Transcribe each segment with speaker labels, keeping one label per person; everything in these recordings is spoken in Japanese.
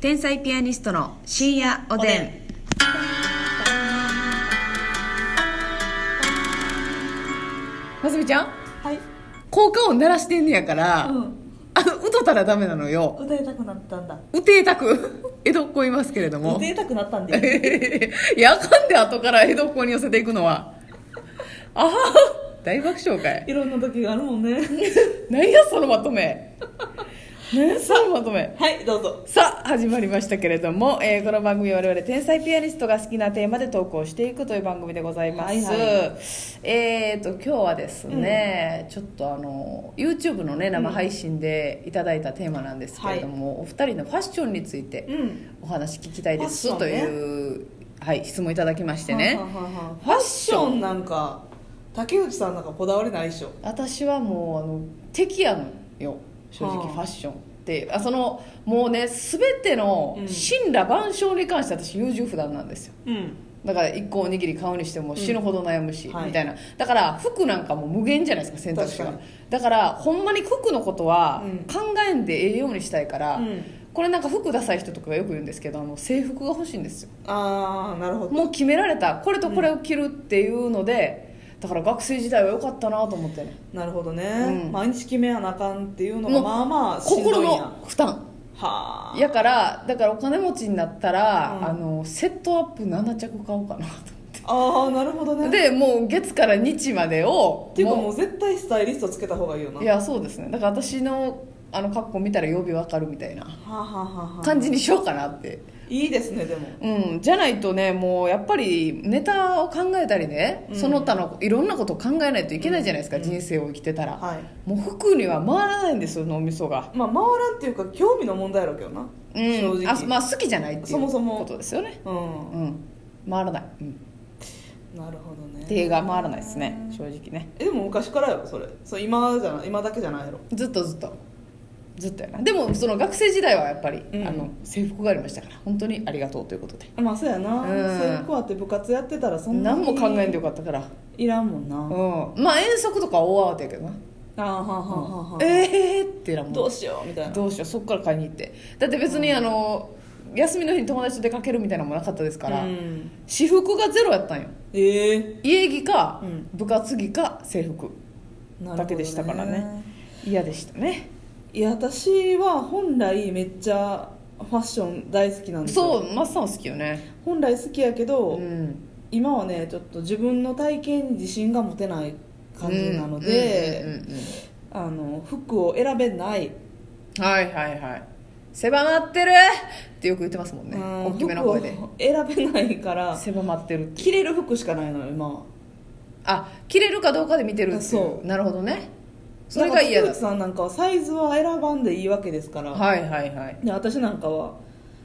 Speaker 1: 天才ピアニストの深夜おでんますみちゃん
Speaker 2: はい
Speaker 1: 効果音鳴らしてんねやから、
Speaker 2: うん
Speaker 1: あの歌たらダメなのよ
Speaker 2: 歌いたくなったんだ
Speaker 1: 歌いたく江戸っ子いますけれども
Speaker 2: 歌いたくなったんで
Speaker 1: いやあかんで後から江戸っ子に寄せていくのはあはは大爆笑かい
Speaker 2: いろんな時があるもんね
Speaker 1: 何やそのまとめ何やそのまとめ
Speaker 2: はいどうぞ
Speaker 1: さあ始まりましたけれども、えーこの番組は我々天才ピアニストが好きなテーマで投稿していくという番組でございます、
Speaker 2: はいは
Speaker 1: えっ、と今日はですね、ちょっとあの YouTube のね生配信でいただいたテーマなんですけれども、お二人のファッションについて
Speaker 2: ん
Speaker 1: お話聞きたいです、
Speaker 2: ファッ
Speaker 1: と
Speaker 2: ションね
Speaker 1: いう、はい、質問いただきましてね
Speaker 2: はははは
Speaker 1: ファッ
Speaker 2: ファッ
Speaker 1: シ
Speaker 2: シ
Speaker 1: ョン
Speaker 2: ョンなんか竹内さんなんかこだわりないでしょ
Speaker 1: 私はもうあの敵やのよ正直
Speaker 2: はあ
Speaker 1: ファッションってあそのもうね全ての
Speaker 2: うん
Speaker 1: 神羅万象に関して私優柔不断なんですよ
Speaker 2: うん
Speaker 1: だから1個おにぎり買うにしても死ぬほど悩むし、
Speaker 2: うんはい
Speaker 1: みたいなだから服なんかも無限じゃないですか選択肢が
Speaker 2: 確か
Speaker 1: だからほんまに服のことは
Speaker 2: うん
Speaker 1: 考えんでええようにしたいから、
Speaker 2: うん
Speaker 1: これなんか服ダサい人とかがよく言うんですけどあの制服が欲しいんですよ
Speaker 2: ああなるほど
Speaker 1: もう決められたこれとこれを着るっていうので、だから学生時代は良かったなと思ってね
Speaker 2: なるほどね、
Speaker 1: うん
Speaker 2: 毎日決めやなあかんっていうの
Speaker 1: も
Speaker 2: が
Speaker 1: う
Speaker 2: まあまあしんど
Speaker 1: 心
Speaker 2: いんや
Speaker 1: の負担
Speaker 2: はあ
Speaker 1: やからだからお金持ちになったら、
Speaker 2: うん
Speaker 1: あのセットアップ7着買おうかな
Speaker 2: ああなるほど
Speaker 1: と
Speaker 2: ね
Speaker 1: でもう月から日までを
Speaker 2: っていうかもう絶対スタイリストつけた方がいいよない
Speaker 1: やそうですねだから私のあの格好見たら曜日わかるみたいな
Speaker 2: はあ、はあはあはあ、
Speaker 1: 感じにしようかなって
Speaker 2: いいですねでも
Speaker 1: うんじゃないとねもうやっぱりネタを考えたりね、
Speaker 2: うん
Speaker 1: その他のいろんなことを考えないといけないじゃないですか、人生を生きてたら、
Speaker 2: はい
Speaker 1: もう服には回らないんですよ脳みそが
Speaker 2: まあ回らんっていうか興味の問題やろうけどな、
Speaker 1: う
Speaker 2: 正直
Speaker 1: んあまあ好きじゃないっていう
Speaker 2: そもそも
Speaker 1: ことですよね
Speaker 2: うん
Speaker 1: うん回らない、うん
Speaker 2: なるほどね
Speaker 1: 手が回らないですね正直ね
Speaker 2: えでも昔からやろそれそう今じゃない今だけじゃないやろ
Speaker 1: ずっとずっとずっとやなでもその学生時代はやっぱり、
Speaker 2: うん
Speaker 1: あの制服がありましたから本当にありがとうということで
Speaker 2: まあそうやな、
Speaker 1: うん
Speaker 2: 制服あって部活やってたらそんな
Speaker 1: 何
Speaker 2: に
Speaker 1: も考えんでよかったから、
Speaker 2: いらんもんな、あ
Speaker 1: うん、まあ遠足とか大慌てやけどな
Speaker 2: あはあはあはあはあ
Speaker 1: ええー、ってなもん
Speaker 2: どうしようみたいな
Speaker 1: どうしようそっから買いに行ってだって別にあの休みの日に友達と出かけるみたいなのもなかったですから、
Speaker 2: うん
Speaker 1: 私服がゼロやったんよ
Speaker 2: ええ
Speaker 1: 家着か、
Speaker 2: うん
Speaker 1: 部活着か制服
Speaker 2: なるほどね
Speaker 1: だけでしたからね嫌でしたね
Speaker 2: いや私は本来めっちゃファッション大好きなんですよ
Speaker 1: そうマッサン好きよね
Speaker 2: 本来好きやけど、
Speaker 1: うん
Speaker 2: 今はねちょっと自分の体型に自信が持てない感じなので、
Speaker 1: うんうんうんうん
Speaker 2: あの服を選べない
Speaker 1: はいはいはい狭まってるってよく言ってますもんね
Speaker 2: うん
Speaker 1: 大きめの声で
Speaker 2: 服を選べないから
Speaker 1: 狭まってる
Speaker 2: 着れる服しかないのよ今は
Speaker 1: あ着れるかどうかで見てるってい
Speaker 2: そう
Speaker 1: なるほどねそれが嫌だ
Speaker 2: なんかさんなんかはサイズは選ばんでいいわけですから、
Speaker 1: はいはいはい
Speaker 2: で私なんかは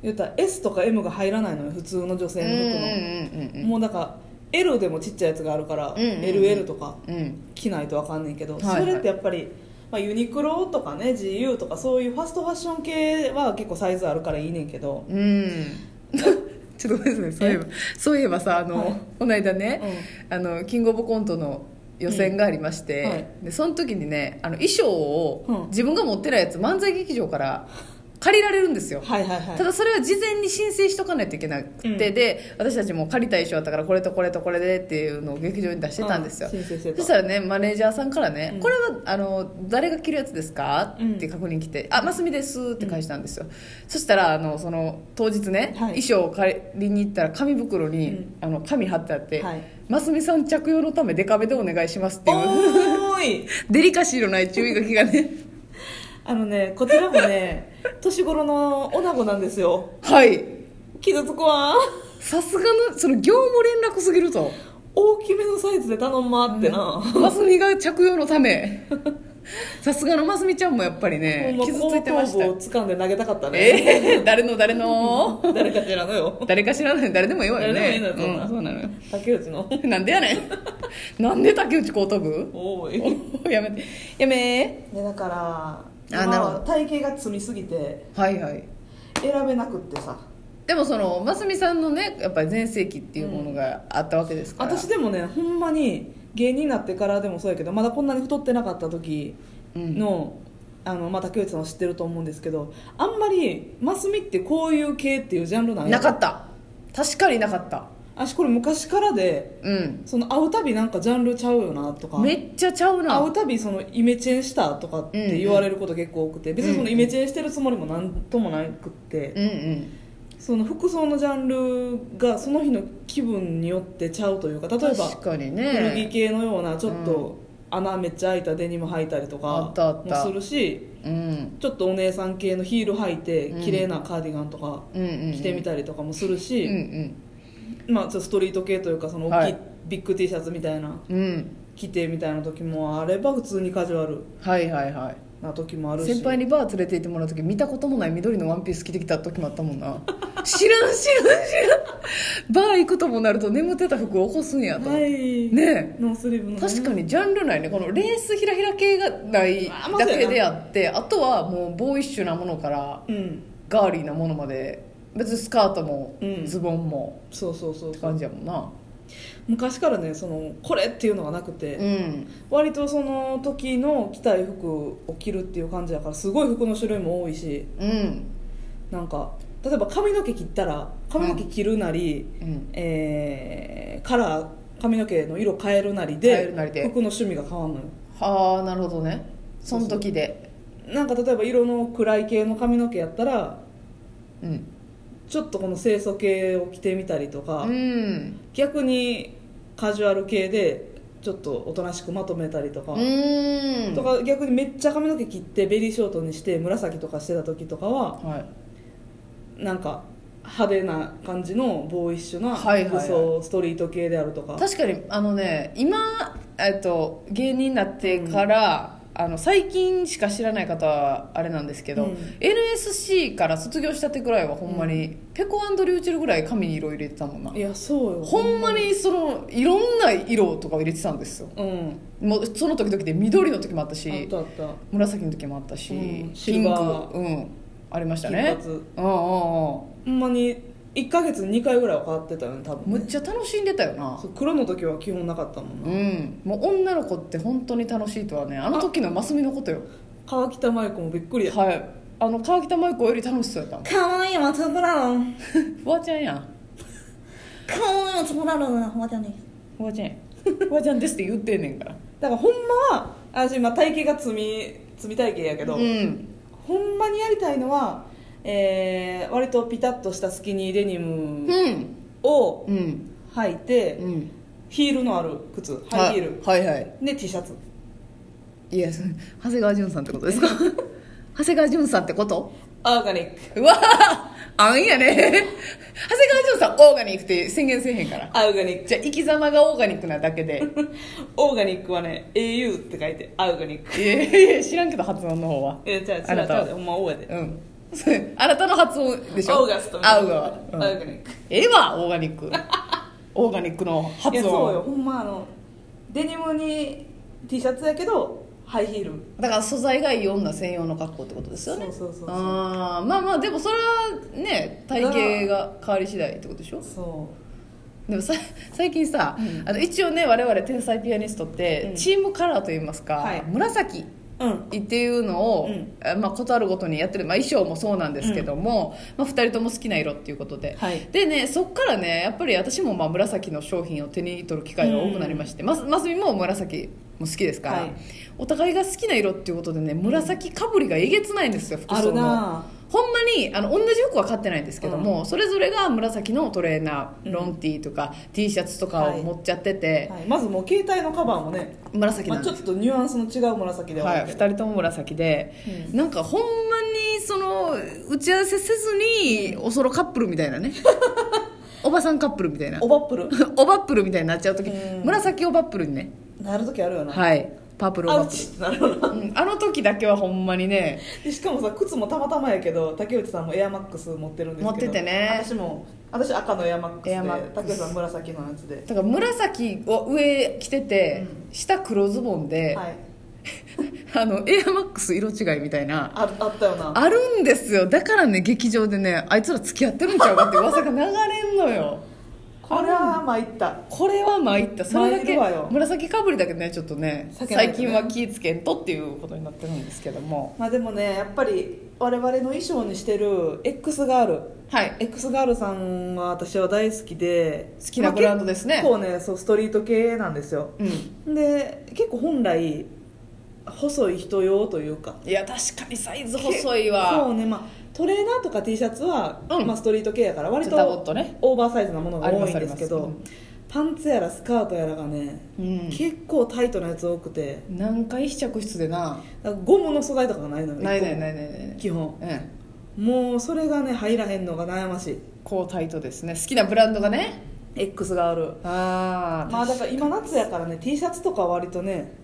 Speaker 2: 言ったら S とか M が入らないのよ普通の女性の服の、
Speaker 1: うんうん
Speaker 2: もうなんか L でもちっちゃいやつがあるから、
Speaker 1: うんうんうん
Speaker 2: LL とか
Speaker 1: うんうんうん
Speaker 2: 着ないとわかんないけど、
Speaker 1: はいはい
Speaker 2: それってやっぱり、まあ、ユニクロとかね GU とかそういうファストファッション系は結構サイズあるからいいねんけど、
Speaker 1: うん、 ちょっとごめんなさいそういえばそういえばさあの、
Speaker 2: はい
Speaker 1: この間ね、あのキングオブコントの予選がありまして、
Speaker 2: うんはい
Speaker 1: でその時にねあの衣装を
Speaker 2: うん
Speaker 1: 自分が持ってないやつ漫才劇場から借りられるんですよ
Speaker 2: はいはいはい
Speaker 1: ただそれは事前に申請しとかないといけなくて、
Speaker 2: うん
Speaker 1: で私たちも借りたい衣装だったからこれとこれとこれでっていうのを劇場に出してたんですよ、
Speaker 2: うん申請してた
Speaker 1: そしたらねマネージャーさんからね「
Speaker 2: うん
Speaker 1: これはあの誰が着るやつですか?」
Speaker 2: うん
Speaker 1: って確認来て「あマスミです」って返したんですよ、そしたらあのその当日ね、
Speaker 2: はい
Speaker 1: 衣装を借りに行ったら紙袋に、
Speaker 2: うん
Speaker 1: あの紙貼ってあって
Speaker 2: はい
Speaker 1: 「マスミさん着用のためデカめでお願いします」っていう
Speaker 2: おーい
Speaker 1: デリカシーのない注意書きがね
Speaker 2: あのねこちらもね年頃の女子なんですよ
Speaker 1: はい
Speaker 2: 傷つくわ
Speaker 1: さすがのその業務連絡すぎると。
Speaker 2: 大きめのサイズで頼んまってな、
Speaker 1: マスミが着用のためさすがのマスミちゃんもやっぱりね
Speaker 2: ほんま
Speaker 1: 傷ついてました
Speaker 2: 後頭部
Speaker 1: よ
Speaker 2: を掴んで投げたかったね、
Speaker 1: えー、誰の誰の
Speaker 2: 誰かしらのよ
Speaker 1: 誰か知らない誰でもいいわよね
Speaker 2: 誰でもいいのよ
Speaker 1: うん、そうなのよ
Speaker 2: 竹内の
Speaker 1: なんでやねんなんで竹内後頭部
Speaker 2: おーい
Speaker 1: おやめてやめ
Speaker 2: でだから
Speaker 1: あなるほど
Speaker 2: まあ体型が積みすぎて
Speaker 1: ーはいはい
Speaker 2: 選べなくってさ
Speaker 1: でもそのますみさんのねやっぱり全盛期っていうものがあったわけですから、
Speaker 2: 私でもねほんまに芸人になってからでもそうやけどまだこんなに太ってなかった時の、あのまあ竹内さんは知ってると思うんですけどあんまりマスミってこういう系っていうジャンルなんや
Speaker 1: なかった確かになかった
Speaker 2: あしこれ昔からで
Speaker 1: うん
Speaker 2: その会うたびなんかジャンルちゃうよなとか
Speaker 1: めっちゃちゃうな
Speaker 2: 会うたびそのイメチェンしたとかって言われること結構多くて、別にそのイメチェンしてるつもりもなんともなくって、
Speaker 1: うんうん
Speaker 2: その服装のジャンルがその日の気分によってちゃうというか例え
Speaker 1: 確
Speaker 2: ば
Speaker 1: かに
Speaker 2: 古着
Speaker 1: ね
Speaker 2: 系のようなちょっ
Speaker 1: う
Speaker 2: と穴めっちゃ開いたデニム履いたりと
Speaker 1: あ
Speaker 2: か
Speaker 1: ったあっ
Speaker 2: も
Speaker 1: た
Speaker 2: するし
Speaker 1: うん
Speaker 2: ちょっとお姉さん系のヒール履いて
Speaker 1: うん
Speaker 2: 綺麗なカーディガンとか
Speaker 1: うんうん
Speaker 2: 着てみたりとかもする
Speaker 1: うん
Speaker 2: し、まあ、ちょっとストリート系というかその大きい、
Speaker 1: はい
Speaker 2: ビッグ T シャツみたいな
Speaker 1: うんうん
Speaker 2: 着てみたいな時もあれば普通にカジュアル
Speaker 1: はいはいはい
Speaker 2: な時もあるし
Speaker 1: 先輩にバー連れて行ってもらう時見たこともない緑のワンピース着てきた時もあったもんな 知らん知らん知らんバー行くともなると眠ってた服を起こすんやと、
Speaker 2: はい、
Speaker 1: ね
Speaker 2: ノースリーブの
Speaker 1: 確か
Speaker 2: に
Speaker 1: にジャンルないねこのレースひらひら系がない
Speaker 2: あまあ
Speaker 1: だけであってあとはもうボーイッシュなものから
Speaker 2: うん
Speaker 1: ガーリーなものまで別にスカートも
Speaker 2: うん
Speaker 1: ズボンも
Speaker 2: そうそうそう
Speaker 1: って
Speaker 2: そう
Speaker 1: 感じやもんな
Speaker 2: 昔からねそのこれっていうのがなくて、
Speaker 1: うん
Speaker 2: 割とその時の着たい服を着るっていう感じだからすごい服の種類も多いし
Speaker 1: うん
Speaker 2: なんか例えば髪の毛切ったら髪の毛切るなり、
Speaker 1: うん
Speaker 2: えーカラー髪の毛の色変えるなり
Speaker 1: 変え
Speaker 2: で
Speaker 1: るなりで
Speaker 2: 服の趣味が変わんのよ
Speaker 1: はあなるほどねその時で
Speaker 2: なんか例えば色の暗い系の髪の毛やったら
Speaker 1: うん
Speaker 2: ちょっとこの清楚系を着てみたりとか、
Speaker 1: うん
Speaker 2: 逆にカジュアル系でちょっとおとなしくまとめたりとか、
Speaker 1: うん
Speaker 2: とか逆にめっちゃ髪の毛切ってベリーショートにして紫とかしてた時とかは
Speaker 1: はい
Speaker 2: なんか派手な感じのボーイッシュな服装、
Speaker 1: はいはいはい
Speaker 2: ストリート系であるとか
Speaker 1: 確かにあのね今、えっと、芸人になってから、あの最近しか知らない方はあれなんですけど、
Speaker 2: うん
Speaker 1: NSC から卒業したてぐらいはほんまに、ペコリューチェルぐらい髪に色入れてたもんない
Speaker 2: やそうよ
Speaker 1: ほんまにそのいろんな色とかを入れてたんですよ
Speaker 2: うん
Speaker 1: もうその時々で緑の時もあった
Speaker 2: あっ
Speaker 1: した
Speaker 2: あった
Speaker 1: 紫の時もあったし、
Speaker 2: うんシ
Speaker 1: ピ
Speaker 2: ル
Speaker 1: ンク
Speaker 2: バー
Speaker 1: うんありました
Speaker 2: 金
Speaker 1: ね
Speaker 2: 髪
Speaker 1: うんうんうん
Speaker 2: ほんまに1ヶ月に2回ぐらいは変わってたよね多分
Speaker 1: むっちゃ楽しんでたよな
Speaker 2: そう黒の時は基本なかったもん
Speaker 1: う
Speaker 2: なん
Speaker 1: もう女の子って本当に楽しいとはねあの時の真澄のことよ
Speaker 2: 川北麻衣子もびっくりや
Speaker 1: はいあの川北舞子より楽しそうやったもん
Speaker 2: かわいい松ブラウン
Speaker 1: フワちゃんやん
Speaker 2: かわいい松ブラウンなほんまじゃね
Speaker 1: フワちゃんやんフワちゃんですって言ってんね んから
Speaker 2: だからほんまは私今体型が罪罪体型やけど、
Speaker 1: うん
Speaker 2: ほんまにやりたいのは、えー割とピタッとしたスキニーデニム
Speaker 1: うん
Speaker 2: を
Speaker 1: うん
Speaker 2: 履いて、
Speaker 1: うん
Speaker 2: ヒールのある靴ハイヒール、
Speaker 1: はいはい
Speaker 2: で T シャツ
Speaker 1: いやその長谷川潤さんってこと ですか長谷川潤さんってこと
Speaker 2: オーガニック
Speaker 1: うわあんやね長谷川潤さんオーガニックって宣言せえへん から
Speaker 2: オーガニック
Speaker 1: じゃあ生き様がオーガニックなだけ で
Speaker 2: オーガニックはね AU って書いてオーガニック
Speaker 1: いやいや知らんけど発音の方は
Speaker 2: えじゃあ違う
Speaker 1: あなたは
Speaker 2: 違うほんまオーガで
Speaker 1: うん それあなたの発音でしょ
Speaker 2: オーガストみ
Speaker 1: ア
Speaker 2: たい
Speaker 1: ウ
Speaker 2: な
Speaker 1: ガは、うん
Speaker 2: オーガニック
Speaker 1: ええわオーガニッ クオーガニックの発音
Speaker 2: いやそうよほんまあのデニムに T シャツやけどハイヒール
Speaker 1: だから素材がいい女専用の格好ってことですよね
Speaker 2: そうそうそうそう
Speaker 1: あーまあまあでもそれはね体型が変わり次第ってことでしょ
Speaker 2: そ
Speaker 1: でもさ最近さ、
Speaker 2: うん
Speaker 1: あの一応ね我々天才ピアニストって、
Speaker 2: うん
Speaker 1: チームカラーといいますか、
Speaker 2: はい
Speaker 1: 紫
Speaker 2: ううん
Speaker 1: っていうのを、
Speaker 2: うん
Speaker 1: えまあ、ことあるごとにやってる、まあ、衣装もそうなんですけども、まあ、2人とも好きな色っていうことで、
Speaker 2: はい
Speaker 1: でねそっからねやっぱり私もまあ紫の商品を手に取る機会が多くなりまして、ますますみも紫も好きですから、
Speaker 2: はい
Speaker 1: お互いが好きな色っていうことでね紫かぶりがえげつないんですよ服
Speaker 2: あ
Speaker 1: 装
Speaker 2: る
Speaker 1: の。
Speaker 2: な
Speaker 1: ほんまにあの同じ服は買ってないんですけども、それぞれが紫のトレーナ
Speaker 2: う
Speaker 1: ー
Speaker 2: ん
Speaker 1: ロンティーとか T シャツとかを持っちゃってて、
Speaker 2: はい、まずもう携帯のカバーもね、
Speaker 1: 紫
Speaker 2: ま
Speaker 1: な
Speaker 2: あ、
Speaker 1: ん
Speaker 2: ち
Speaker 1: で
Speaker 2: ょ
Speaker 1: す、
Speaker 2: っとニュアンスの違う紫ではあ
Speaker 1: はい、
Speaker 2: るけど
Speaker 1: 2人とも紫で、
Speaker 2: う
Speaker 1: なんかほんまにその打ち合わせせずにおそろカップルみたい なねおばさんカップルみたいな
Speaker 2: オバップル
Speaker 1: おばっぷるみたいになっちゃう時
Speaker 2: うん
Speaker 1: 紫おばっぷるにね
Speaker 2: なる時あるよな、
Speaker 1: はいパープルお
Speaker 2: ア
Speaker 1: ば
Speaker 2: ウ
Speaker 1: っぷ
Speaker 2: チってなるよな
Speaker 1: る、うん、あの時だけはほんまにね
Speaker 2: でしかもさ靴もたまたまやけど竹内さんもエアマックス持ってるんですけど
Speaker 1: 持っててね
Speaker 2: 私も私赤のエアマックスで
Speaker 1: エアマックス
Speaker 2: 竹内さん紫のやつで
Speaker 1: だから紫を上着てて、下黒ズボンで、
Speaker 2: はい
Speaker 1: あのエアマックス色違いみたいな
Speaker 2: ああったよな
Speaker 1: あるんですよだからね劇場でねあいつら付き合ってるんちゃうかって噂が流れんのよ
Speaker 2: これは参った
Speaker 1: これは参ったそれだ
Speaker 2: 参
Speaker 1: け
Speaker 2: るわよ
Speaker 1: 紫かぶりだけどねちょっとね
Speaker 2: 避けないとね
Speaker 1: 最近は気ぃつけんとっていうことになってるんですけども
Speaker 2: まあでもねやっぱり我々の衣装にしてる X ガール
Speaker 1: はい
Speaker 2: X ガールさんは私は大好きで
Speaker 1: 好きなブランドですね
Speaker 2: まあ結構ねそうストリート系なんですよ
Speaker 1: うん
Speaker 2: で結構本来細い人用というか
Speaker 1: いや確かにサイズ細いわ
Speaker 2: そうねまあトレーナーとか T シャツは、
Speaker 1: うん
Speaker 2: まあ、ストリート系やから割
Speaker 1: ちょっとダボっ
Speaker 2: と
Speaker 1: とね
Speaker 2: オーバーサイズなものが
Speaker 1: ありま
Speaker 2: 多い
Speaker 1: す
Speaker 2: んですけ
Speaker 1: あり
Speaker 2: ど
Speaker 1: ます
Speaker 2: パンツやらスカートやらがね、
Speaker 1: うん
Speaker 2: 結構タイトなやつ多くて
Speaker 1: 何回試着室でな
Speaker 2: だからゴムの素材とかがないのよ
Speaker 1: ないないないいないない
Speaker 2: 基本
Speaker 1: うん
Speaker 2: もうそれがね入らへんのが悩ましい
Speaker 1: こうタイトですね好きなブランドがね
Speaker 2: X がある
Speaker 1: ああ
Speaker 2: まあだから今夏やからね T シャツとかは割とね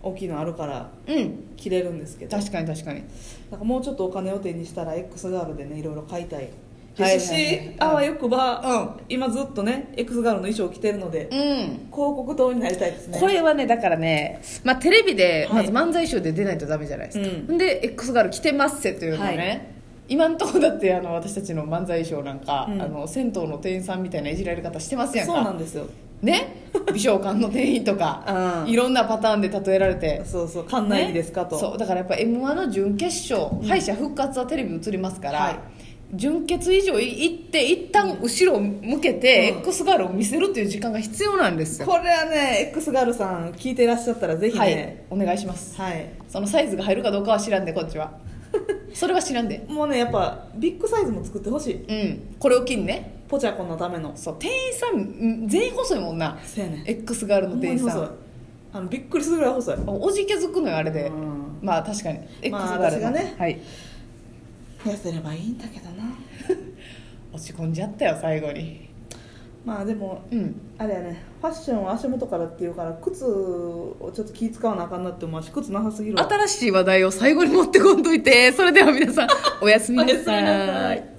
Speaker 2: 大きいのあるから
Speaker 1: うん
Speaker 2: 着れるんですけど
Speaker 1: 確かに確かに
Speaker 2: なんかもうちょっとお金を手にしたら X ガールでねいろいろ買いたい
Speaker 1: はい
Speaker 2: ですし、
Speaker 1: はいはい
Speaker 2: あわよくば、
Speaker 1: う
Speaker 2: 今ずっとね X ガールの衣装を着てるので、広
Speaker 1: うん
Speaker 2: 告塔になりたいですね
Speaker 1: これはねだからね、まあ、テレビで
Speaker 2: は
Speaker 1: ま
Speaker 2: い
Speaker 1: ず漫才賞で出ないとダメじゃないですか、
Speaker 2: う
Speaker 1: で X ガール来てますせというのね、
Speaker 2: はい
Speaker 1: 今んとこだってあの私たちの漫才賞なんか、
Speaker 2: うん
Speaker 1: あの銭湯の店員さんみたいないじられ方してますやんか
Speaker 2: そうなんですよ
Speaker 1: ね 美少館の店員とか、
Speaker 2: うん
Speaker 1: いろんなパターンで例えられて
Speaker 2: そうそう館内いいですかと、
Speaker 1: ねそうだからやっぱ m 1の準決勝、敗者復活はテレビ映りますから、
Speaker 2: はい
Speaker 1: 準決以上い行って一旦後ろを向けて、
Speaker 2: うん
Speaker 1: X ガールを見せるっていう時間が必要なんですよ、
Speaker 2: これはね X ガールさん聞いてらっしゃったらぜひ
Speaker 1: はい
Speaker 2: ね
Speaker 1: お願いします
Speaker 2: はい、
Speaker 1: そのサイズが入るかどうかは知らんでこっち はそれは知らんで
Speaker 2: もうねやっぱビッグサイズも作ってほしい
Speaker 1: うんこれを機にね
Speaker 2: ポチャコのための
Speaker 1: そう店員さんうん全員細いもんな
Speaker 2: せやね
Speaker 1: X ガールの
Speaker 2: ほんま
Speaker 1: 店
Speaker 2: に
Speaker 1: 員さ
Speaker 2: 細い
Speaker 1: ん
Speaker 2: あのびっくりするぐらい細い
Speaker 1: おじけづくのよあれで、
Speaker 2: うん
Speaker 1: まあ確かに X
Speaker 2: まあ
Speaker 1: ガールの
Speaker 2: 私がね
Speaker 1: はい
Speaker 2: 痩せればいいんだけどな
Speaker 1: 落ち込んじゃったよ最後に
Speaker 2: まあでも
Speaker 1: うん
Speaker 2: あれやねファッションは足元からっていうから靴をちょっと気使わなあかんなって思うし靴なさすぎるわ
Speaker 1: 新しい話題を最後に持ってこんといてそれでは皆さんおやすみな
Speaker 2: おやすみ
Speaker 1: さ
Speaker 2: なさ
Speaker 1: い
Speaker 2: い